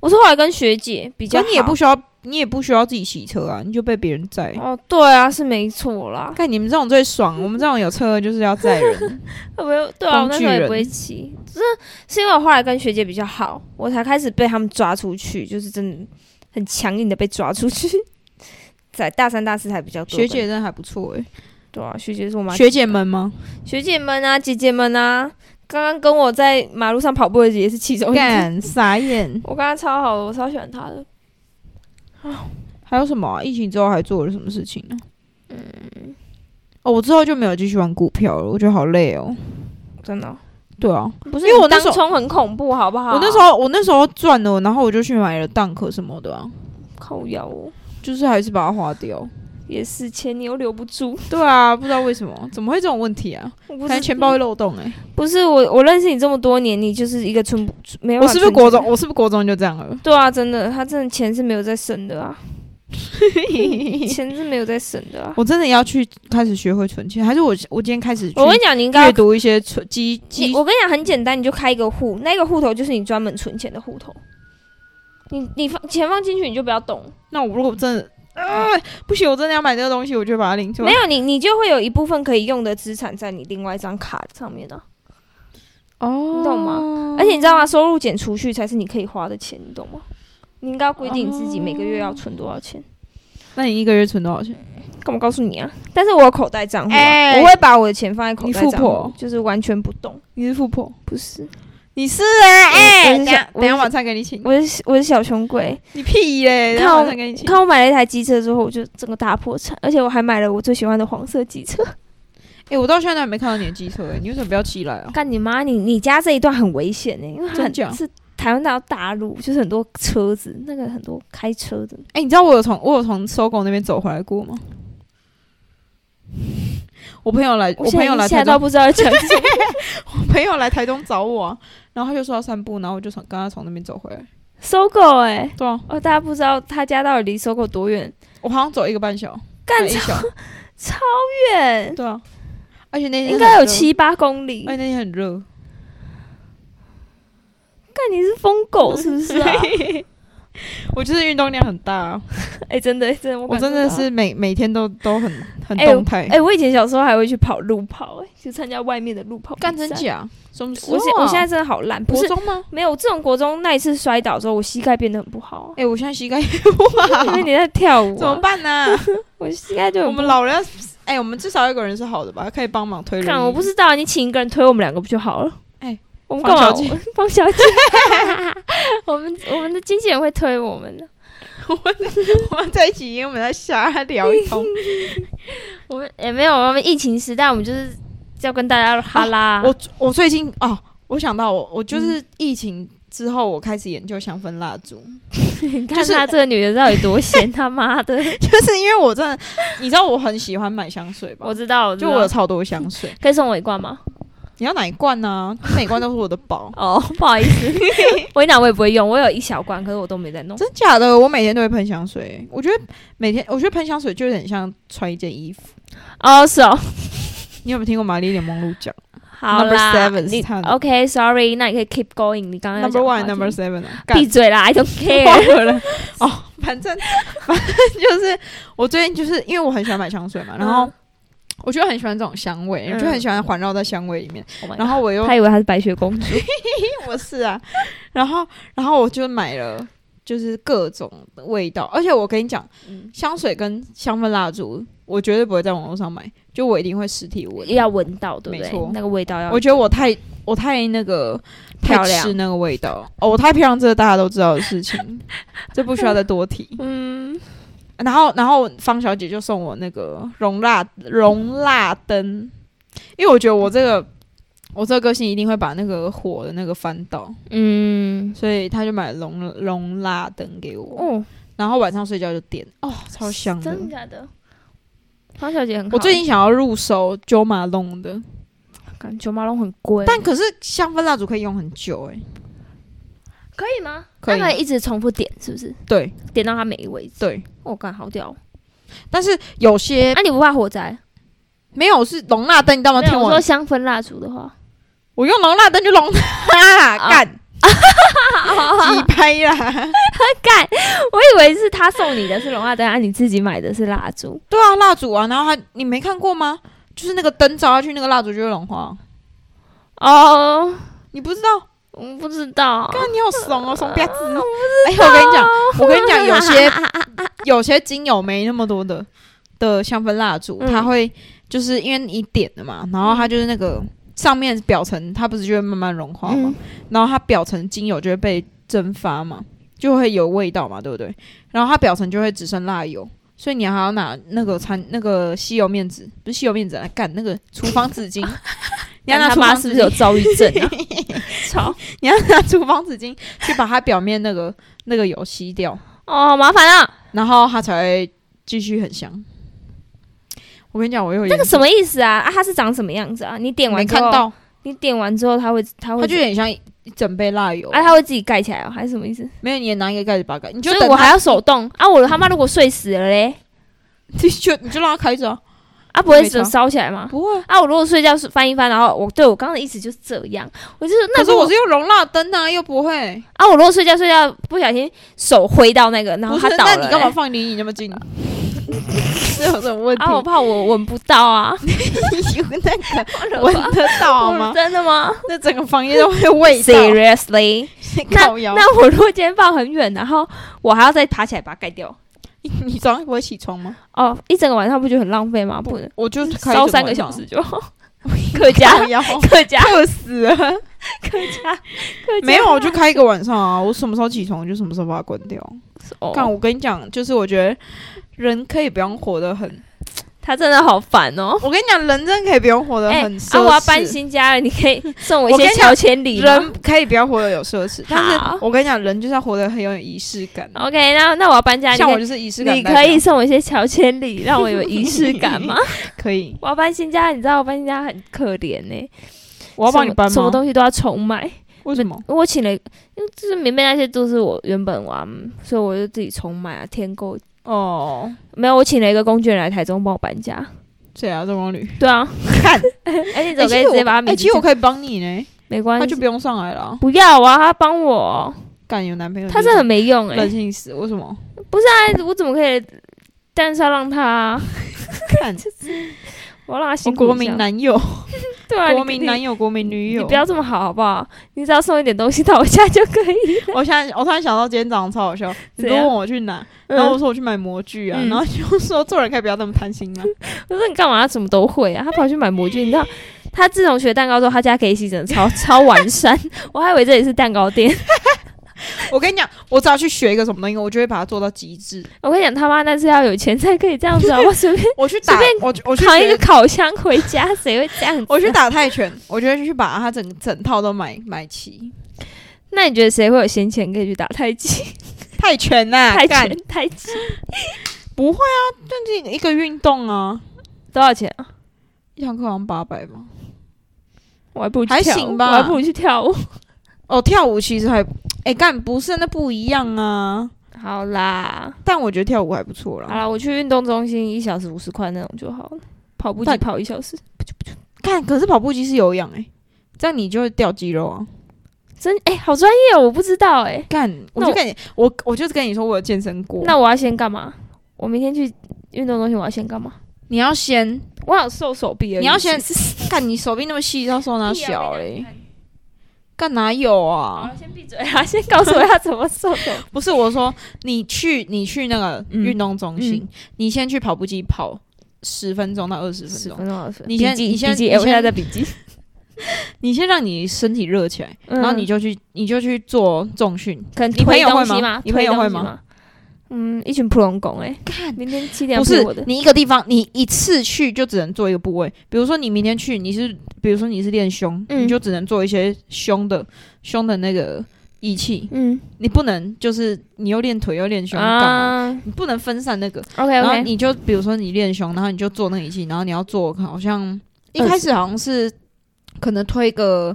[SPEAKER 1] 我是后来跟学姐比较
[SPEAKER 2] 可
[SPEAKER 1] 好，
[SPEAKER 2] 你也不需要，你也不需要自己骑车啊，你就被别人载。
[SPEAKER 1] 哦，对啊，是没错啦。
[SPEAKER 2] 看你们这种最爽，我们这种有车的就是要载 [LAUGHS] 人。
[SPEAKER 1] 我没有对啊，我那时候
[SPEAKER 2] 工具
[SPEAKER 1] 也
[SPEAKER 2] 人
[SPEAKER 1] 不会骑，只是是因为我后来跟学姐比较好，我才开始被他们抓出去，就是真的很强硬的被抓出去。 [LAUGHS] 在大三、大四才比较多
[SPEAKER 2] 学
[SPEAKER 1] 跟，
[SPEAKER 2] 姐真的还不错哎、
[SPEAKER 1] 对啊，学姐是我妈
[SPEAKER 2] 学姐们吗？
[SPEAKER 1] 学姐们啊，姐姐们啊，刚刚跟我在马路上跑步的也是其中一个。
[SPEAKER 2] 干傻眼！
[SPEAKER 1] 我刚刚超好的，我超喜欢她的。
[SPEAKER 2] 还有什么啊、疫情之后还做了什么事情呢？嗯，哦，我之后就没有继续玩股票了，我觉得好累哦。
[SPEAKER 1] 真的哦、
[SPEAKER 2] 对啊，
[SPEAKER 1] 不是
[SPEAKER 2] 因为我
[SPEAKER 1] 你
[SPEAKER 2] 那
[SPEAKER 1] 当
[SPEAKER 2] 时候
[SPEAKER 1] 冲很恐怖，好不好？
[SPEAKER 2] 我那时候我那时候赚了，然后我就去买了蛋壳什么的啊，
[SPEAKER 1] 靠腰哦，
[SPEAKER 2] 就是还是把它花掉。
[SPEAKER 1] 也是钱你又留不住， [LAUGHS]
[SPEAKER 2] 对啊，不知道为什么，怎么会这种问题啊？
[SPEAKER 1] 我不
[SPEAKER 2] 可
[SPEAKER 1] 是
[SPEAKER 2] 能钱包会漏洞哎、
[SPEAKER 1] 不是我，我认识你这么多年，你就是一个存不没有。
[SPEAKER 2] 我是不是国中？？我是不是国中就这样 [LAUGHS] 了？
[SPEAKER 1] 对啊，真的，他真的钱是没有在省的
[SPEAKER 2] [LAUGHS]
[SPEAKER 1] 啊，钱是没有在省的啊。
[SPEAKER 2] 我真的要去开始学会存钱，还是我我今天开始去
[SPEAKER 1] 我跟你讲，你应该
[SPEAKER 2] 阅
[SPEAKER 1] 要
[SPEAKER 2] 读一些存基基
[SPEAKER 1] 你我跟你讲很简单，你就开一个户，那个户头就是你专门存钱的户头。你你放钱放进去，你就不要动。
[SPEAKER 2] 那我如果真的，啊，不行，我真的要买这个东西，我就把它领出来
[SPEAKER 1] 没。有你，你就会有一部分可以用的资产在你另外一张卡上面的、
[SPEAKER 2] 哦
[SPEAKER 1] 你懂
[SPEAKER 2] 吗
[SPEAKER 1] 而且你知道吗？收入减储蓄才是你可以花的钱，你懂吗？你应该要规定自己每个月要存多少钱。
[SPEAKER 2] 那你一个月存多少钱？
[SPEAKER 1] 干嘛告诉你啊？但是我有口袋账户、啊，
[SPEAKER 2] 哎
[SPEAKER 1] 我会把我的钱放在口
[SPEAKER 2] 你
[SPEAKER 1] 袋
[SPEAKER 2] 富
[SPEAKER 1] 账户
[SPEAKER 2] 婆，
[SPEAKER 1] 就是完全不动。
[SPEAKER 2] 你是富婆？
[SPEAKER 1] 不是，
[SPEAKER 2] 你是啊？
[SPEAKER 1] 哎
[SPEAKER 2] 哎，等一下
[SPEAKER 1] 我
[SPEAKER 2] 等一下晚上给你请。
[SPEAKER 1] 我是我是小穷鬼。
[SPEAKER 2] 你屁嘞！等一
[SPEAKER 1] 看
[SPEAKER 2] 下
[SPEAKER 1] 我
[SPEAKER 2] 晚上给你请。
[SPEAKER 1] 看我买了一台机车之后，我就整个大破产，而且我还买了我最喜欢的黄色机车。
[SPEAKER 2] 哎，我到现在都还没看到你的机车哎，你为什么不要骑来啊？
[SPEAKER 1] [LAUGHS] 干你妈！你你家这一段很危险呢、因为它
[SPEAKER 2] 真
[SPEAKER 1] 很
[SPEAKER 2] 假
[SPEAKER 1] 是台湾到大陆，就是很多车子，那个很多开车的。
[SPEAKER 2] 哎，你知道我有从我有从搜狗那边走回来过吗？ [LAUGHS] 我朋友来，
[SPEAKER 1] 我
[SPEAKER 2] 我
[SPEAKER 1] 现在已
[SPEAKER 2] 朋友
[SPEAKER 1] 经
[SPEAKER 2] 来
[SPEAKER 1] 吓
[SPEAKER 2] 台
[SPEAKER 1] 到
[SPEAKER 2] 东，
[SPEAKER 1] 不知道要讲什 [LAUGHS] 么。
[SPEAKER 2] 我朋友来台东找我啊，然后他就说要散步，然后我就从跟他从那边走回来。
[SPEAKER 1] 搜狗哎、
[SPEAKER 2] 对啊，
[SPEAKER 1] 哦，大家不知道他家到底离搜狗多远？
[SPEAKER 2] 我好像走一个半小，
[SPEAKER 1] 干
[SPEAKER 2] 对一小，
[SPEAKER 1] 超远，
[SPEAKER 2] 对啊，而且那天
[SPEAKER 1] 应该有
[SPEAKER 2] 很热
[SPEAKER 1] 七八公里。
[SPEAKER 2] 哎，那天很热，
[SPEAKER 1] 看你是疯
[SPEAKER 2] [LAUGHS]
[SPEAKER 1] 狗是不是啊？ [LAUGHS]
[SPEAKER 2] 我就是运动量很大啊、
[SPEAKER 1] 哎、真的、真的，我
[SPEAKER 2] 我
[SPEAKER 1] 感
[SPEAKER 2] 真
[SPEAKER 1] 受
[SPEAKER 2] 的
[SPEAKER 1] 到
[SPEAKER 2] 是每每天都都很很
[SPEAKER 1] 哎我
[SPEAKER 2] 动态。
[SPEAKER 1] 哎、我以前小时候还会去跑路跑、哎，就参加外面的路跑比赛。
[SPEAKER 2] 假？什么时候
[SPEAKER 1] 我
[SPEAKER 2] 啊？
[SPEAKER 1] 现我现在真的好烂，不
[SPEAKER 2] 国
[SPEAKER 1] 是
[SPEAKER 2] 中吗？
[SPEAKER 1] 没有。自从国中那一次摔倒之后，我膝盖变得很不好
[SPEAKER 2] [LAUGHS] 哎、我现在膝盖哇
[SPEAKER 1] 啊，因为你在跳舞、
[SPEAKER 2] 怎么
[SPEAKER 1] 啊，[LAUGHS]
[SPEAKER 2] 办呢、
[SPEAKER 1] 我膝盖就
[SPEAKER 2] 我
[SPEAKER 1] 很
[SPEAKER 2] 们老人要，哎、我们至少有一个人是好的吧，可以帮忙推轮
[SPEAKER 1] 干。
[SPEAKER 2] 椅。
[SPEAKER 1] 我不知道，你请一个人推我们两个不就好了？
[SPEAKER 2] 哎
[SPEAKER 1] 我们干
[SPEAKER 2] 方
[SPEAKER 1] [LAUGHS] 嘛
[SPEAKER 2] [LAUGHS] 小姐？
[SPEAKER 1] 方小姐，我们我们的经纪人会推我们的。
[SPEAKER 2] 我们 [LAUGHS] 我们在一起，因为我们在瞎聊一通。
[SPEAKER 1] 我们也没有，我们疫情时代，我们就是要跟大家哈拉。
[SPEAKER 2] 我我最近哦，我想到我
[SPEAKER 1] 嗯
[SPEAKER 2] 我就是疫情之后，我开始研究香氛蜡烛， [LAUGHS]
[SPEAKER 1] 你看他这个女的到底多闲，他妈的！
[SPEAKER 2] 就是因为我真的，你知道我很喜欢买香水吧
[SPEAKER 1] 我？知道，我知
[SPEAKER 2] 就
[SPEAKER 1] 道
[SPEAKER 2] 我有超多
[SPEAKER 1] [LAUGHS]
[SPEAKER 2] 香水，
[SPEAKER 1] 可以送我一罐吗？。
[SPEAKER 2] 你要哪一罐呢、每罐都是我的宝
[SPEAKER 1] [LAUGHS]
[SPEAKER 2] [LAUGHS]
[SPEAKER 1] 哦，不好意思，维 [LAUGHS] 娜我也不会用，我有一小罐，可是我都没在弄。
[SPEAKER 2] 真假的？我每天都会喷香水，我觉得每天我觉得喷香水就有点像穿一件衣服。
[SPEAKER 1] 哦，是哦，
[SPEAKER 2] 你有没有听过玛丽莲梦露讲
[SPEAKER 1] 好啦
[SPEAKER 2] Number seven，
[SPEAKER 1] 你
[SPEAKER 2] 他
[SPEAKER 1] OK，Sorry，、那你可以 keep going。你刚刚要啊
[SPEAKER 2] ？Number
[SPEAKER 1] 讲话
[SPEAKER 2] one, number seven 啊，干
[SPEAKER 1] 闭嘴啦，I don't
[SPEAKER 2] 忘
[SPEAKER 1] [LAUGHS]
[SPEAKER 2] [LAUGHS]
[SPEAKER 1] care。
[SPEAKER 2] 了啦哦，反正 [LAUGHS] 反正就是我最近就是因为我很喜欢买香水嘛，然后
[SPEAKER 1] 嗯
[SPEAKER 2] 我就很喜欢这种香味，
[SPEAKER 1] 嗯
[SPEAKER 2] 就很喜欢环绕在香味里面。
[SPEAKER 1] Oh my
[SPEAKER 2] 然
[SPEAKER 1] god，
[SPEAKER 2] 后
[SPEAKER 1] [LAUGHS]
[SPEAKER 2] 我又
[SPEAKER 1] 他以为她是白雪公主。
[SPEAKER 2] 我是啊，然后然后我就买了就是各种味道，而且我跟你讲，
[SPEAKER 1] 嗯
[SPEAKER 2] 香水跟香氛蜡烛，我绝对不会在网络上买，就我一定会实体闻。
[SPEAKER 1] 要闻到，对不
[SPEAKER 2] 没
[SPEAKER 1] 对
[SPEAKER 2] 错？
[SPEAKER 1] 那个味道要
[SPEAKER 2] 我觉得我太我太那个
[SPEAKER 1] 漂
[SPEAKER 2] 太
[SPEAKER 1] 亮
[SPEAKER 2] 吃那个味道哦，我太漂亮，这个大家都知道的事情，这不需要再多提。
[SPEAKER 1] 嗯，
[SPEAKER 2] 然后，然后方小姐就送我那个容蜡容蜡灯，因为我觉得我这个我这个个性一定会把那个火的那个翻到，
[SPEAKER 1] 嗯，
[SPEAKER 2] 所以她就买了容容蜡灯给我，
[SPEAKER 1] 哦，
[SPEAKER 2] 然后晚上睡觉就点，哦，超香的。
[SPEAKER 1] 真的假的？黄小姐很好，
[SPEAKER 2] 我最近想要入手 Jo Malone 的，
[SPEAKER 1] 感觉马龙很贵，
[SPEAKER 2] 但可是香氛蜡烛可以用很久哎、
[SPEAKER 1] 可以吗？
[SPEAKER 2] 可以
[SPEAKER 1] 那可以一直重复点，是不是？
[SPEAKER 2] 对
[SPEAKER 1] 点到它没为止。
[SPEAKER 2] 对，
[SPEAKER 1] 我感好屌哦，
[SPEAKER 2] 但是有些
[SPEAKER 1] 那哎啊你不怕火灾？
[SPEAKER 2] 没有是容蜡灯，你知道吗？
[SPEAKER 1] 没
[SPEAKER 2] 听
[SPEAKER 1] 有，我
[SPEAKER 2] 我
[SPEAKER 1] 说，香氛蜡烛的话，
[SPEAKER 2] 我用容蜡灯就容它啦，
[SPEAKER 1] [LAUGHS] 啊
[SPEAKER 2] 干，鸡拍啦。
[SPEAKER 1] [LAUGHS] 干，我以为是他送你的是龙蜡灯，啊，你自己买的是蜡烛。
[SPEAKER 2] 对啊，蜡烛啊，然后还你没看过吗？就是那个灯照下去，那个蜡烛就会融化。
[SPEAKER 1] 哦，
[SPEAKER 2] 你不知道？
[SPEAKER 1] 我不知道，
[SPEAKER 2] 那你好怂哦，怂吧唧！哎，我跟你讲，我跟你
[SPEAKER 1] [LAUGHS]
[SPEAKER 2] 讲，有些有些精油没那么多的的香氛蜡烛，
[SPEAKER 1] 嗯
[SPEAKER 2] 它会就是因为你点了嘛，然后它就是那个上面表层，它不是就会慢慢融化
[SPEAKER 1] 嗯
[SPEAKER 2] 嘛，然后它表层精油就会被蒸发嘛，就会有味道嘛，对不对？然后它表层就会只剩蜡油，所以你还要拿那个餐那个吸油面纸，不是吸油面纸来干那个厨房
[SPEAKER 1] [LAUGHS]
[SPEAKER 2] 纸巾，你要拿
[SPEAKER 1] 他
[SPEAKER 2] 厨
[SPEAKER 1] 妈
[SPEAKER 2] 房
[SPEAKER 1] 是
[SPEAKER 2] 纸
[SPEAKER 1] 不是有
[SPEAKER 2] 巾，
[SPEAKER 1] 躁郁症
[SPEAKER 2] [LAUGHS]
[SPEAKER 1] 啊？操！
[SPEAKER 2] 你要拿厨房纸巾去把它表面那个 [LAUGHS] 那个油吸掉，
[SPEAKER 1] 哦，麻烦啊！
[SPEAKER 2] 然后它才会继续很香。我跟你讲，我有
[SPEAKER 1] 那个
[SPEAKER 2] 研
[SPEAKER 1] 什么意思啊？啊，它是长什么样子啊？你点
[SPEAKER 2] 没
[SPEAKER 1] 完之
[SPEAKER 2] 看
[SPEAKER 1] 后，
[SPEAKER 2] 到，
[SPEAKER 1] 你点完之后，它会，它
[SPEAKER 2] 它
[SPEAKER 1] 会
[SPEAKER 2] 就有点像一整杯蜡油，
[SPEAKER 1] 啊，它会自己盖起来哦，还是什么意思？
[SPEAKER 2] 没有你也拿一个盖子把它盖，你就
[SPEAKER 1] 所以
[SPEAKER 2] 等
[SPEAKER 1] 我
[SPEAKER 2] 它
[SPEAKER 1] 还要手动啊！我他妈如果睡死了嘞，
[SPEAKER 2] [LAUGHS] 你就你就让它开着啊，
[SPEAKER 1] 啊，不会
[SPEAKER 2] 没错
[SPEAKER 1] 烧起来吗？
[SPEAKER 2] 不会啊。
[SPEAKER 1] 啊，我如果睡觉是翻一翻，然后我对我刚刚的意思就是这样，我就是那
[SPEAKER 2] 可是
[SPEAKER 1] 如果
[SPEAKER 2] 我是用容蜡灯啊，又不会。
[SPEAKER 1] 啊，我如果睡觉睡觉不小心手挥到那个，然后
[SPEAKER 2] 不
[SPEAKER 1] 它
[SPEAKER 2] 是，
[SPEAKER 1] 倒了、欸哎
[SPEAKER 2] 那你干嘛？放离你那么近？ [LAUGHS] 这有什么问题？ [LAUGHS]
[SPEAKER 1] 啊，我怕我闻不到啊！
[SPEAKER 2] 有那个闻得到吗？
[SPEAKER 1] 真的吗
[SPEAKER 2] 那整个房间都会
[SPEAKER 1] [LAUGHS]
[SPEAKER 2] 味道。
[SPEAKER 1] ？Seriously？那
[SPEAKER 2] 烤窑，
[SPEAKER 1] 那我如果今天放很远，然后我还要再爬起来把它盖掉，
[SPEAKER 2] 你早上不会起床吗？
[SPEAKER 1] 哦，一整个晚上不就很浪费吗？不能
[SPEAKER 2] 我就开
[SPEAKER 1] 烧
[SPEAKER 2] 着
[SPEAKER 1] 三
[SPEAKER 2] 晚
[SPEAKER 1] 个小
[SPEAKER 2] 上
[SPEAKER 1] 时就好。 [LAUGHS] 客家
[SPEAKER 2] [LAUGHS] 烤，窑，
[SPEAKER 1] 客家，
[SPEAKER 2] 饿死了。
[SPEAKER 1] 客
[SPEAKER 2] [LAUGHS]
[SPEAKER 1] 家，客家
[SPEAKER 2] 没有，我就开一个晚上啊。我什么时候起床，我就什么时候把它关掉。但
[SPEAKER 1] 哦，
[SPEAKER 2] 我跟你讲，就是我觉得人可以不用活得很，
[SPEAKER 1] 他真的好烦哦。
[SPEAKER 2] 我跟你讲，人真的可以不用活得
[SPEAKER 1] 哎
[SPEAKER 2] 很奢侈。
[SPEAKER 1] 啊，我要搬新家了，你可以送我一
[SPEAKER 2] 我跟
[SPEAKER 1] 些
[SPEAKER 2] 你讲
[SPEAKER 1] 乔千里吗
[SPEAKER 2] 人可以不要活得有奢侈，但
[SPEAKER 1] 好哦
[SPEAKER 2] 是我跟你讲，人就是要活得很有仪式感。
[SPEAKER 1] OK，那那我要搬家，你
[SPEAKER 2] 像
[SPEAKER 1] 可
[SPEAKER 2] 我
[SPEAKER 1] 以
[SPEAKER 2] 就是仪式感
[SPEAKER 1] 你
[SPEAKER 2] 代表，
[SPEAKER 1] 可以送我一些乔千里，让我有仪式感
[SPEAKER 2] [LAUGHS]
[SPEAKER 1] 吗？
[SPEAKER 2] 可以，
[SPEAKER 1] 我要搬新家，你知道我搬新家很可怜呢、
[SPEAKER 2] 我要帮你搬
[SPEAKER 1] 什么
[SPEAKER 2] 吗？
[SPEAKER 1] 东西都要重买。
[SPEAKER 2] 为什么？
[SPEAKER 1] 我请了，因为就是棉被那些都是我原本玩，所以我就自己重买啊，添购。
[SPEAKER 2] 哦，
[SPEAKER 1] 没有，我请了一个工具人来台中帮我搬家。
[SPEAKER 2] 谁啊？周
[SPEAKER 1] [LAUGHS]
[SPEAKER 2] 光旅。
[SPEAKER 1] 对啊，
[SPEAKER 2] 看，
[SPEAKER 1] 哎、你
[SPEAKER 2] 哎
[SPEAKER 1] 怎么可以
[SPEAKER 2] 其实
[SPEAKER 1] 直接
[SPEAKER 2] 我
[SPEAKER 1] 把他
[SPEAKER 2] 哎，
[SPEAKER 1] 名字
[SPEAKER 2] 其实
[SPEAKER 1] 讲、
[SPEAKER 2] 我可以帮你呢，
[SPEAKER 1] 没关
[SPEAKER 2] 他就
[SPEAKER 1] 系，
[SPEAKER 2] 不用上来了。
[SPEAKER 1] 不要啊，他帮我，
[SPEAKER 2] 干有男朋友，
[SPEAKER 1] 他是很没用哎、
[SPEAKER 2] 任性死，为什
[SPEAKER 1] [LAUGHS]
[SPEAKER 2] 么？
[SPEAKER 1] 但啊我怎么可以？但是要让他，
[SPEAKER 2] 看，
[SPEAKER 1] 我要让他
[SPEAKER 2] 我
[SPEAKER 1] 辛苦一下
[SPEAKER 2] 国民男友，
[SPEAKER 1] 对啊，
[SPEAKER 2] 国民男
[SPEAKER 1] 友
[SPEAKER 2] 友，国民女
[SPEAKER 1] 你
[SPEAKER 2] 友
[SPEAKER 1] 不。要这么好好不好？你只要送一点东西到我家就可以。 [LAUGHS]
[SPEAKER 2] 我现在，我突然想到今天早上超好笑，你
[SPEAKER 1] 怎
[SPEAKER 2] 都
[SPEAKER 1] 样
[SPEAKER 2] 问我去哪，然后我说我去买模具啊，
[SPEAKER 1] 嗯
[SPEAKER 2] 然后就说做人可以不要那么贪心啊。
[SPEAKER 1] 我说你干嘛他什么都会啊？他跑去买模具，你知道，他 [LAUGHS] 自从学蛋糕之后，他家可以洗整超超完善，我还以为这里是蛋糕店。
[SPEAKER 2] 我跟你讲，我只要去学一个什么东西，我就会把它做到极致。
[SPEAKER 1] 我跟你讲，他妈那是要有钱才可以这样子好不好？随便
[SPEAKER 2] 我去打
[SPEAKER 1] 随，
[SPEAKER 2] 我我去
[SPEAKER 1] 扛一个
[SPEAKER 2] 学，
[SPEAKER 1] 烤箱回家，谁会这样子啊？
[SPEAKER 2] 我去打泰拳，我就会去把它整整套都买买齐。
[SPEAKER 1] 那你觉得谁会有闲钱可以去打太极、
[SPEAKER 2] [LAUGHS] 泰拳呐、
[SPEAKER 1] 太
[SPEAKER 2] 干
[SPEAKER 1] 拳、太极？
[SPEAKER 2] 不会啊，就是一个运动啊，
[SPEAKER 1] 多少钱啊？
[SPEAKER 2] 一堂课好像八百吧。
[SPEAKER 1] 我还不如去
[SPEAKER 2] 还
[SPEAKER 1] 跳舞
[SPEAKER 2] 行吧
[SPEAKER 1] 我还不如去跳
[SPEAKER 2] [LAUGHS]
[SPEAKER 1] 舞。
[SPEAKER 2] 哦，跳舞其实还，哎、干不是那不一样啊。
[SPEAKER 1] 好啦，
[SPEAKER 2] 但我觉得跳舞还不错
[SPEAKER 1] 好
[SPEAKER 2] 啦。
[SPEAKER 1] 啦，我去运动中心一小时五十块那种就好了，跑步机
[SPEAKER 2] 但
[SPEAKER 1] 跑一小时，
[SPEAKER 2] 看，可是跑步机是有氧哎、这样你就会掉肌肉啊。
[SPEAKER 1] 真哎、好专业哦，我不知道哎、
[SPEAKER 2] 干，我
[SPEAKER 1] 那
[SPEAKER 2] 就
[SPEAKER 1] 我
[SPEAKER 2] 跟你，我我就是跟你说我有健身过。
[SPEAKER 1] 那我要先干嘛？我明天去运动中心，我要先干嘛？
[SPEAKER 2] 你要先
[SPEAKER 1] 我想瘦手臂而已。
[SPEAKER 2] 你要先
[SPEAKER 1] 其实
[SPEAKER 2] [LAUGHS] 看你手臂那么细，到手哪
[SPEAKER 1] 屁啊
[SPEAKER 2] 小
[SPEAKER 1] 我跟你
[SPEAKER 2] 嘞
[SPEAKER 1] 讲？你
[SPEAKER 2] 干哪有 [LAUGHS]
[SPEAKER 1] 看
[SPEAKER 2] 啊？
[SPEAKER 1] 好，先闭嘴啊！ [LAUGHS] 先告诉我要怎么瘦手臂。
[SPEAKER 2] 不是我说，你去你去那个
[SPEAKER 1] 嗯
[SPEAKER 2] 运动中心，
[SPEAKER 1] 嗯
[SPEAKER 2] 你先去跑步机跑十分钟到二十分
[SPEAKER 1] [LAUGHS] 十
[SPEAKER 2] 钟，
[SPEAKER 1] 分钟二十分钟，
[SPEAKER 2] 你先
[SPEAKER 1] 笔记
[SPEAKER 2] 你先
[SPEAKER 1] 笔记
[SPEAKER 2] 你
[SPEAKER 1] 哎我现在
[SPEAKER 2] 先
[SPEAKER 1] 在笔
[SPEAKER 2] [LAUGHS]
[SPEAKER 1] 记，
[SPEAKER 2] 你先让你身体热起来，然后你
[SPEAKER 1] 嗯
[SPEAKER 2] 就去你就去做重训。
[SPEAKER 1] 可能
[SPEAKER 2] 你朋
[SPEAKER 1] 推
[SPEAKER 2] 友会
[SPEAKER 1] 东西
[SPEAKER 2] 吗
[SPEAKER 1] 嘛
[SPEAKER 2] 你朋友
[SPEAKER 1] 推
[SPEAKER 2] 会
[SPEAKER 1] 东西
[SPEAKER 2] 吗
[SPEAKER 1] 嘛？嗯，一群普龙拱哎，
[SPEAKER 2] 看，
[SPEAKER 1] 明天七点
[SPEAKER 2] 不
[SPEAKER 1] 要
[SPEAKER 2] 是
[SPEAKER 1] 我的，
[SPEAKER 2] 你一个地方，你一次去就只能做一个部位。比如说你明天去，你是比如说你是练胸，
[SPEAKER 1] 嗯
[SPEAKER 2] 你就只能做一些胸的胸的那个仪器，
[SPEAKER 1] 嗯
[SPEAKER 2] 你不能就是你又练腿又练胸干嘛？
[SPEAKER 1] 啊
[SPEAKER 2] 你不能分散那个。
[SPEAKER 1] ，OK
[SPEAKER 2] 然后
[SPEAKER 1] OK，
[SPEAKER 2] 你就比如说你练胸，然后你就做那个仪器，然后你要做好像一
[SPEAKER 1] 20
[SPEAKER 2] 开始好像是可能推个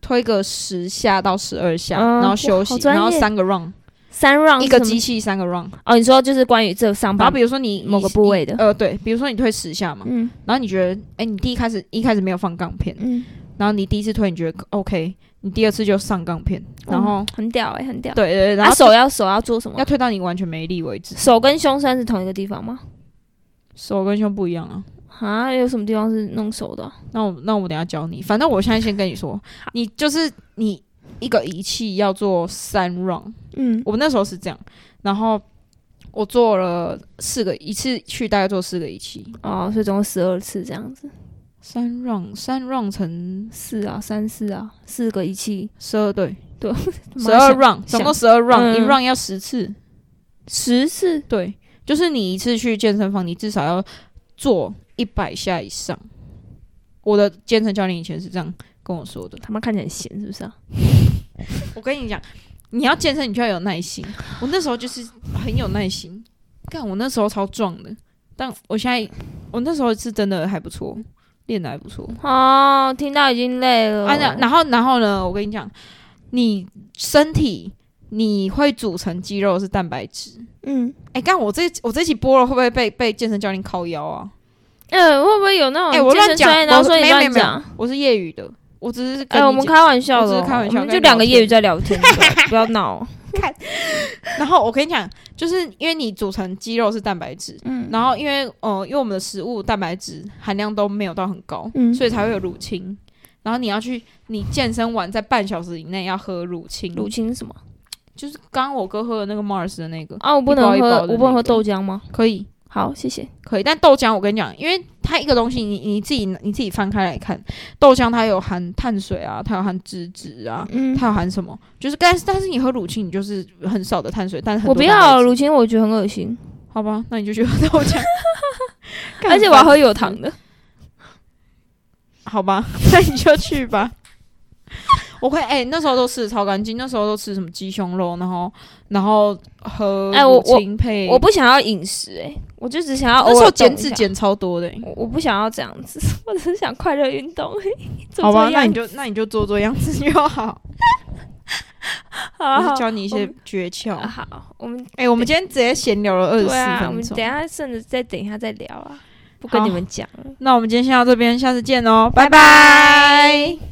[SPEAKER 2] 推个十下到十二下，
[SPEAKER 1] 嗯
[SPEAKER 2] 然后休息
[SPEAKER 1] 哇好，专业
[SPEAKER 2] 然后三个 round，
[SPEAKER 1] 三 round
[SPEAKER 2] 一个
[SPEAKER 1] 是什么
[SPEAKER 2] 机器三个 round。
[SPEAKER 1] 哦，你说就是关于这上
[SPEAKER 2] 然
[SPEAKER 1] 班
[SPEAKER 2] 后比如说你
[SPEAKER 1] 某个部位的，
[SPEAKER 2] 呃对，比如说你推十下嘛，
[SPEAKER 1] 嗯
[SPEAKER 2] 然后你觉得哎你第一开始一开始没有放杠片，
[SPEAKER 1] 嗯，
[SPEAKER 2] 然后你第一次推你觉得 OK，你第二次就上杠片，然后
[SPEAKER 1] 嗯很屌哎，很屌。
[SPEAKER 2] 对对，对然
[SPEAKER 1] 啊，
[SPEAKER 2] 后
[SPEAKER 1] 手要手要做什么
[SPEAKER 2] 要？推到你完全没力为止，
[SPEAKER 1] 手跟胸算是同一个地方吗？
[SPEAKER 2] 手跟胸不一样啊。
[SPEAKER 1] 啊，有什么地方是弄手的啊？
[SPEAKER 2] 那我那我等一下教你，反正我现在先跟你说，你就是你一个仪器要做三 round，
[SPEAKER 1] 嗯
[SPEAKER 2] 我们那时候是这样，然后我做了四个，一次去大概做四个仪器，
[SPEAKER 1] 哦，所以总共十二次这样子，
[SPEAKER 2] 三 round 三 round 乘
[SPEAKER 1] 四啊，三四啊，四个仪器，
[SPEAKER 2] 十二对，十
[SPEAKER 1] 妈
[SPEAKER 2] 二
[SPEAKER 1] 想
[SPEAKER 2] round 总共十二 round，
[SPEAKER 1] 嗯
[SPEAKER 2] 一 round 要十次，
[SPEAKER 1] 十次，
[SPEAKER 2] 对，就是你一次去健身房，你至少要做一百下以上。我的健身教练以前是这样跟我说的，
[SPEAKER 1] 他妈看起来很闲是不是啊？
[SPEAKER 2] 我跟你讲，你要健身，你就要有耐心。我那时候就是很有耐心，干我那时候超壮的，但我现在我那时候是真的还不错，练的还不错。
[SPEAKER 1] 哦，听到已经累了。
[SPEAKER 2] 啊，然然后然后呢，我跟你讲，你身体你会组成肌肉是蛋白质。
[SPEAKER 1] 嗯，
[SPEAKER 2] 哎，干我这我这期播了会不会被被健身教练靠腰啊？
[SPEAKER 1] 呃，会不会有那
[SPEAKER 2] 哎、
[SPEAKER 1] 种
[SPEAKER 2] 我
[SPEAKER 1] 健
[SPEAKER 2] 乱
[SPEAKER 1] 身
[SPEAKER 2] 讲
[SPEAKER 1] 专业，然后
[SPEAKER 2] 我
[SPEAKER 1] 说你
[SPEAKER 2] 没有没有
[SPEAKER 1] 乱
[SPEAKER 2] 没
[SPEAKER 1] 讲
[SPEAKER 2] 有？，我是业余的，我只是跟
[SPEAKER 1] 哎，
[SPEAKER 2] 你
[SPEAKER 1] 我们
[SPEAKER 2] 讲
[SPEAKER 1] 开玩笑的
[SPEAKER 2] 我
[SPEAKER 1] 哦，
[SPEAKER 2] 只是开玩
[SPEAKER 1] 我
[SPEAKER 2] 笑
[SPEAKER 1] 们
[SPEAKER 2] 跟
[SPEAKER 1] 就
[SPEAKER 2] 你
[SPEAKER 1] 两个
[SPEAKER 2] 聊天
[SPEAKER 1] 业余在聊
[SPEAKER 2] [LAUGHS]
[SPEAKER 1] 天，不要不要闹。哦
[SPEAKER 2] 然后我跟你讲，就是因为你组成肌肉是蛋白质，
[SPEAKER 1] 嗯
[SPEAKER 2] 然后因为呃，因为我们的食物蛋白质含量都没有到很高，
[SPEAKER 1] 嗯
[SPEAKER 2] 所以才会有乳清。然后你要去，你健身完在半小时以内要喝乳清，
[SPEAKER 1] 乳清是什么？
[SPEAKER 2] 就是刚刚我哥喝的那个 Mars 的那个，
[SPEAKER 1] 啊，我不
[SPEAKER 2] 一包
[SPEAKER 1] 能
[SPEAKER 2] 一
[SPEAKER 1] 喝，
[SPEAKER 2] 包的
[SPEAKER 1] 我不能
[SPEAKER 2] 那
[SPEAKER 1] 喝
[SPEAKER 2] 个
[SPEAKER 1] 豆浆吗？
[SPEAKER 2] 可以
[SPEAKER 1] 好，谢谢。
[SPEAKER 2] 可以。但豆浆我跟你讲，因为它一个东西你，你自己你自己翻开来看，豆浆它有含碳水啊，它有含脂质啊，
[SPEAKER 1] 嗯，
[SPEAKER 2] 它有含什么？就是但是但是你喝乳清，你就是很少的碳水，但是很
[SPEAKER 1] 我
[SPEAKER 2] 多
[SPEAKER 1] 不
[SPEAKER 2] 蛋白
[SPEAKER 1] 要
[SPEAKER 2] 质
[SPEAKER 1] 乳清，我觉得很恶心，
[SPEAKER 2] 好吧，那你就去喝豆浆。 [LAUGHS] 干
[SPEAKER 1] 而且我要喝有糖的。
[SPEAKER 2] 好吧，那你就去吧。我会哎、那时候都吃的超干净，那时候都吃什么鸡胸肉，然后然后喝
[SPEAKER 1] 哎我
[SPEAKER 2] 乳清配，
[SPEAKER 1] 我不想要饮食，哎，我就只想要
[SPEAKER 2] 那
[SPEAKER 1] 偶
[SPEAKER 2] 时
[SPEAKER 1] 尔
[SPEAKER 2] 候
[SPEAKER 1] 动
[SPEAKER 2] 减
[SPEAKER 1] 一
[SPEAKER 2] 脂
[SPEAKER 1] 下，
[SPEAKER 2] 减超多的、欸
[SPEAKER 1] 我我不想要这样子， [LAUGHS] 我只是想快乐运动。嘿做
[SPEAKER 2] 欸好吧，啊
[SPEAKER 1] 做
[SPEAKER 2] 那
[SPEAKER 1] 样
[SPEAKER 2] 你就那你就做做样
[SPEAKER 1] [LAUGHS]
[SPEAKER 2] 子就好。
[SPEAKER 1] 好
[SPEAKER 2] 我是
[SPEAKER 1] 好
[SPEAKER 2] 教你一
[SPEAKER 1] 我
[SPEAKER 2] 些
[SPEAKER 1] 们
[SPEAKER 2] 诀窍。
[SPEAKER 1] 好
[SPEAKER 2] 哎、
[SPEAKER 1] 好，我们
[SPEAKER 2] 我们今天直接闲聊了二十
[SPEAKER 1] 对啊，我
[SPEAKER 2] 四
[SPEAKER 1] 们等
[SPEAKER 2] 分钟
[SPEAKER 1] 一。下甚至再等一下再聊啊，不跟
[SPEAKER 2] 好
[SPEAKER 1] 你们讲了。
[SPEAKER 2] 那我们今天先到这边，下次见哦，拜
[SPEAKER 1] 拜
[SPEAKER 2] 拜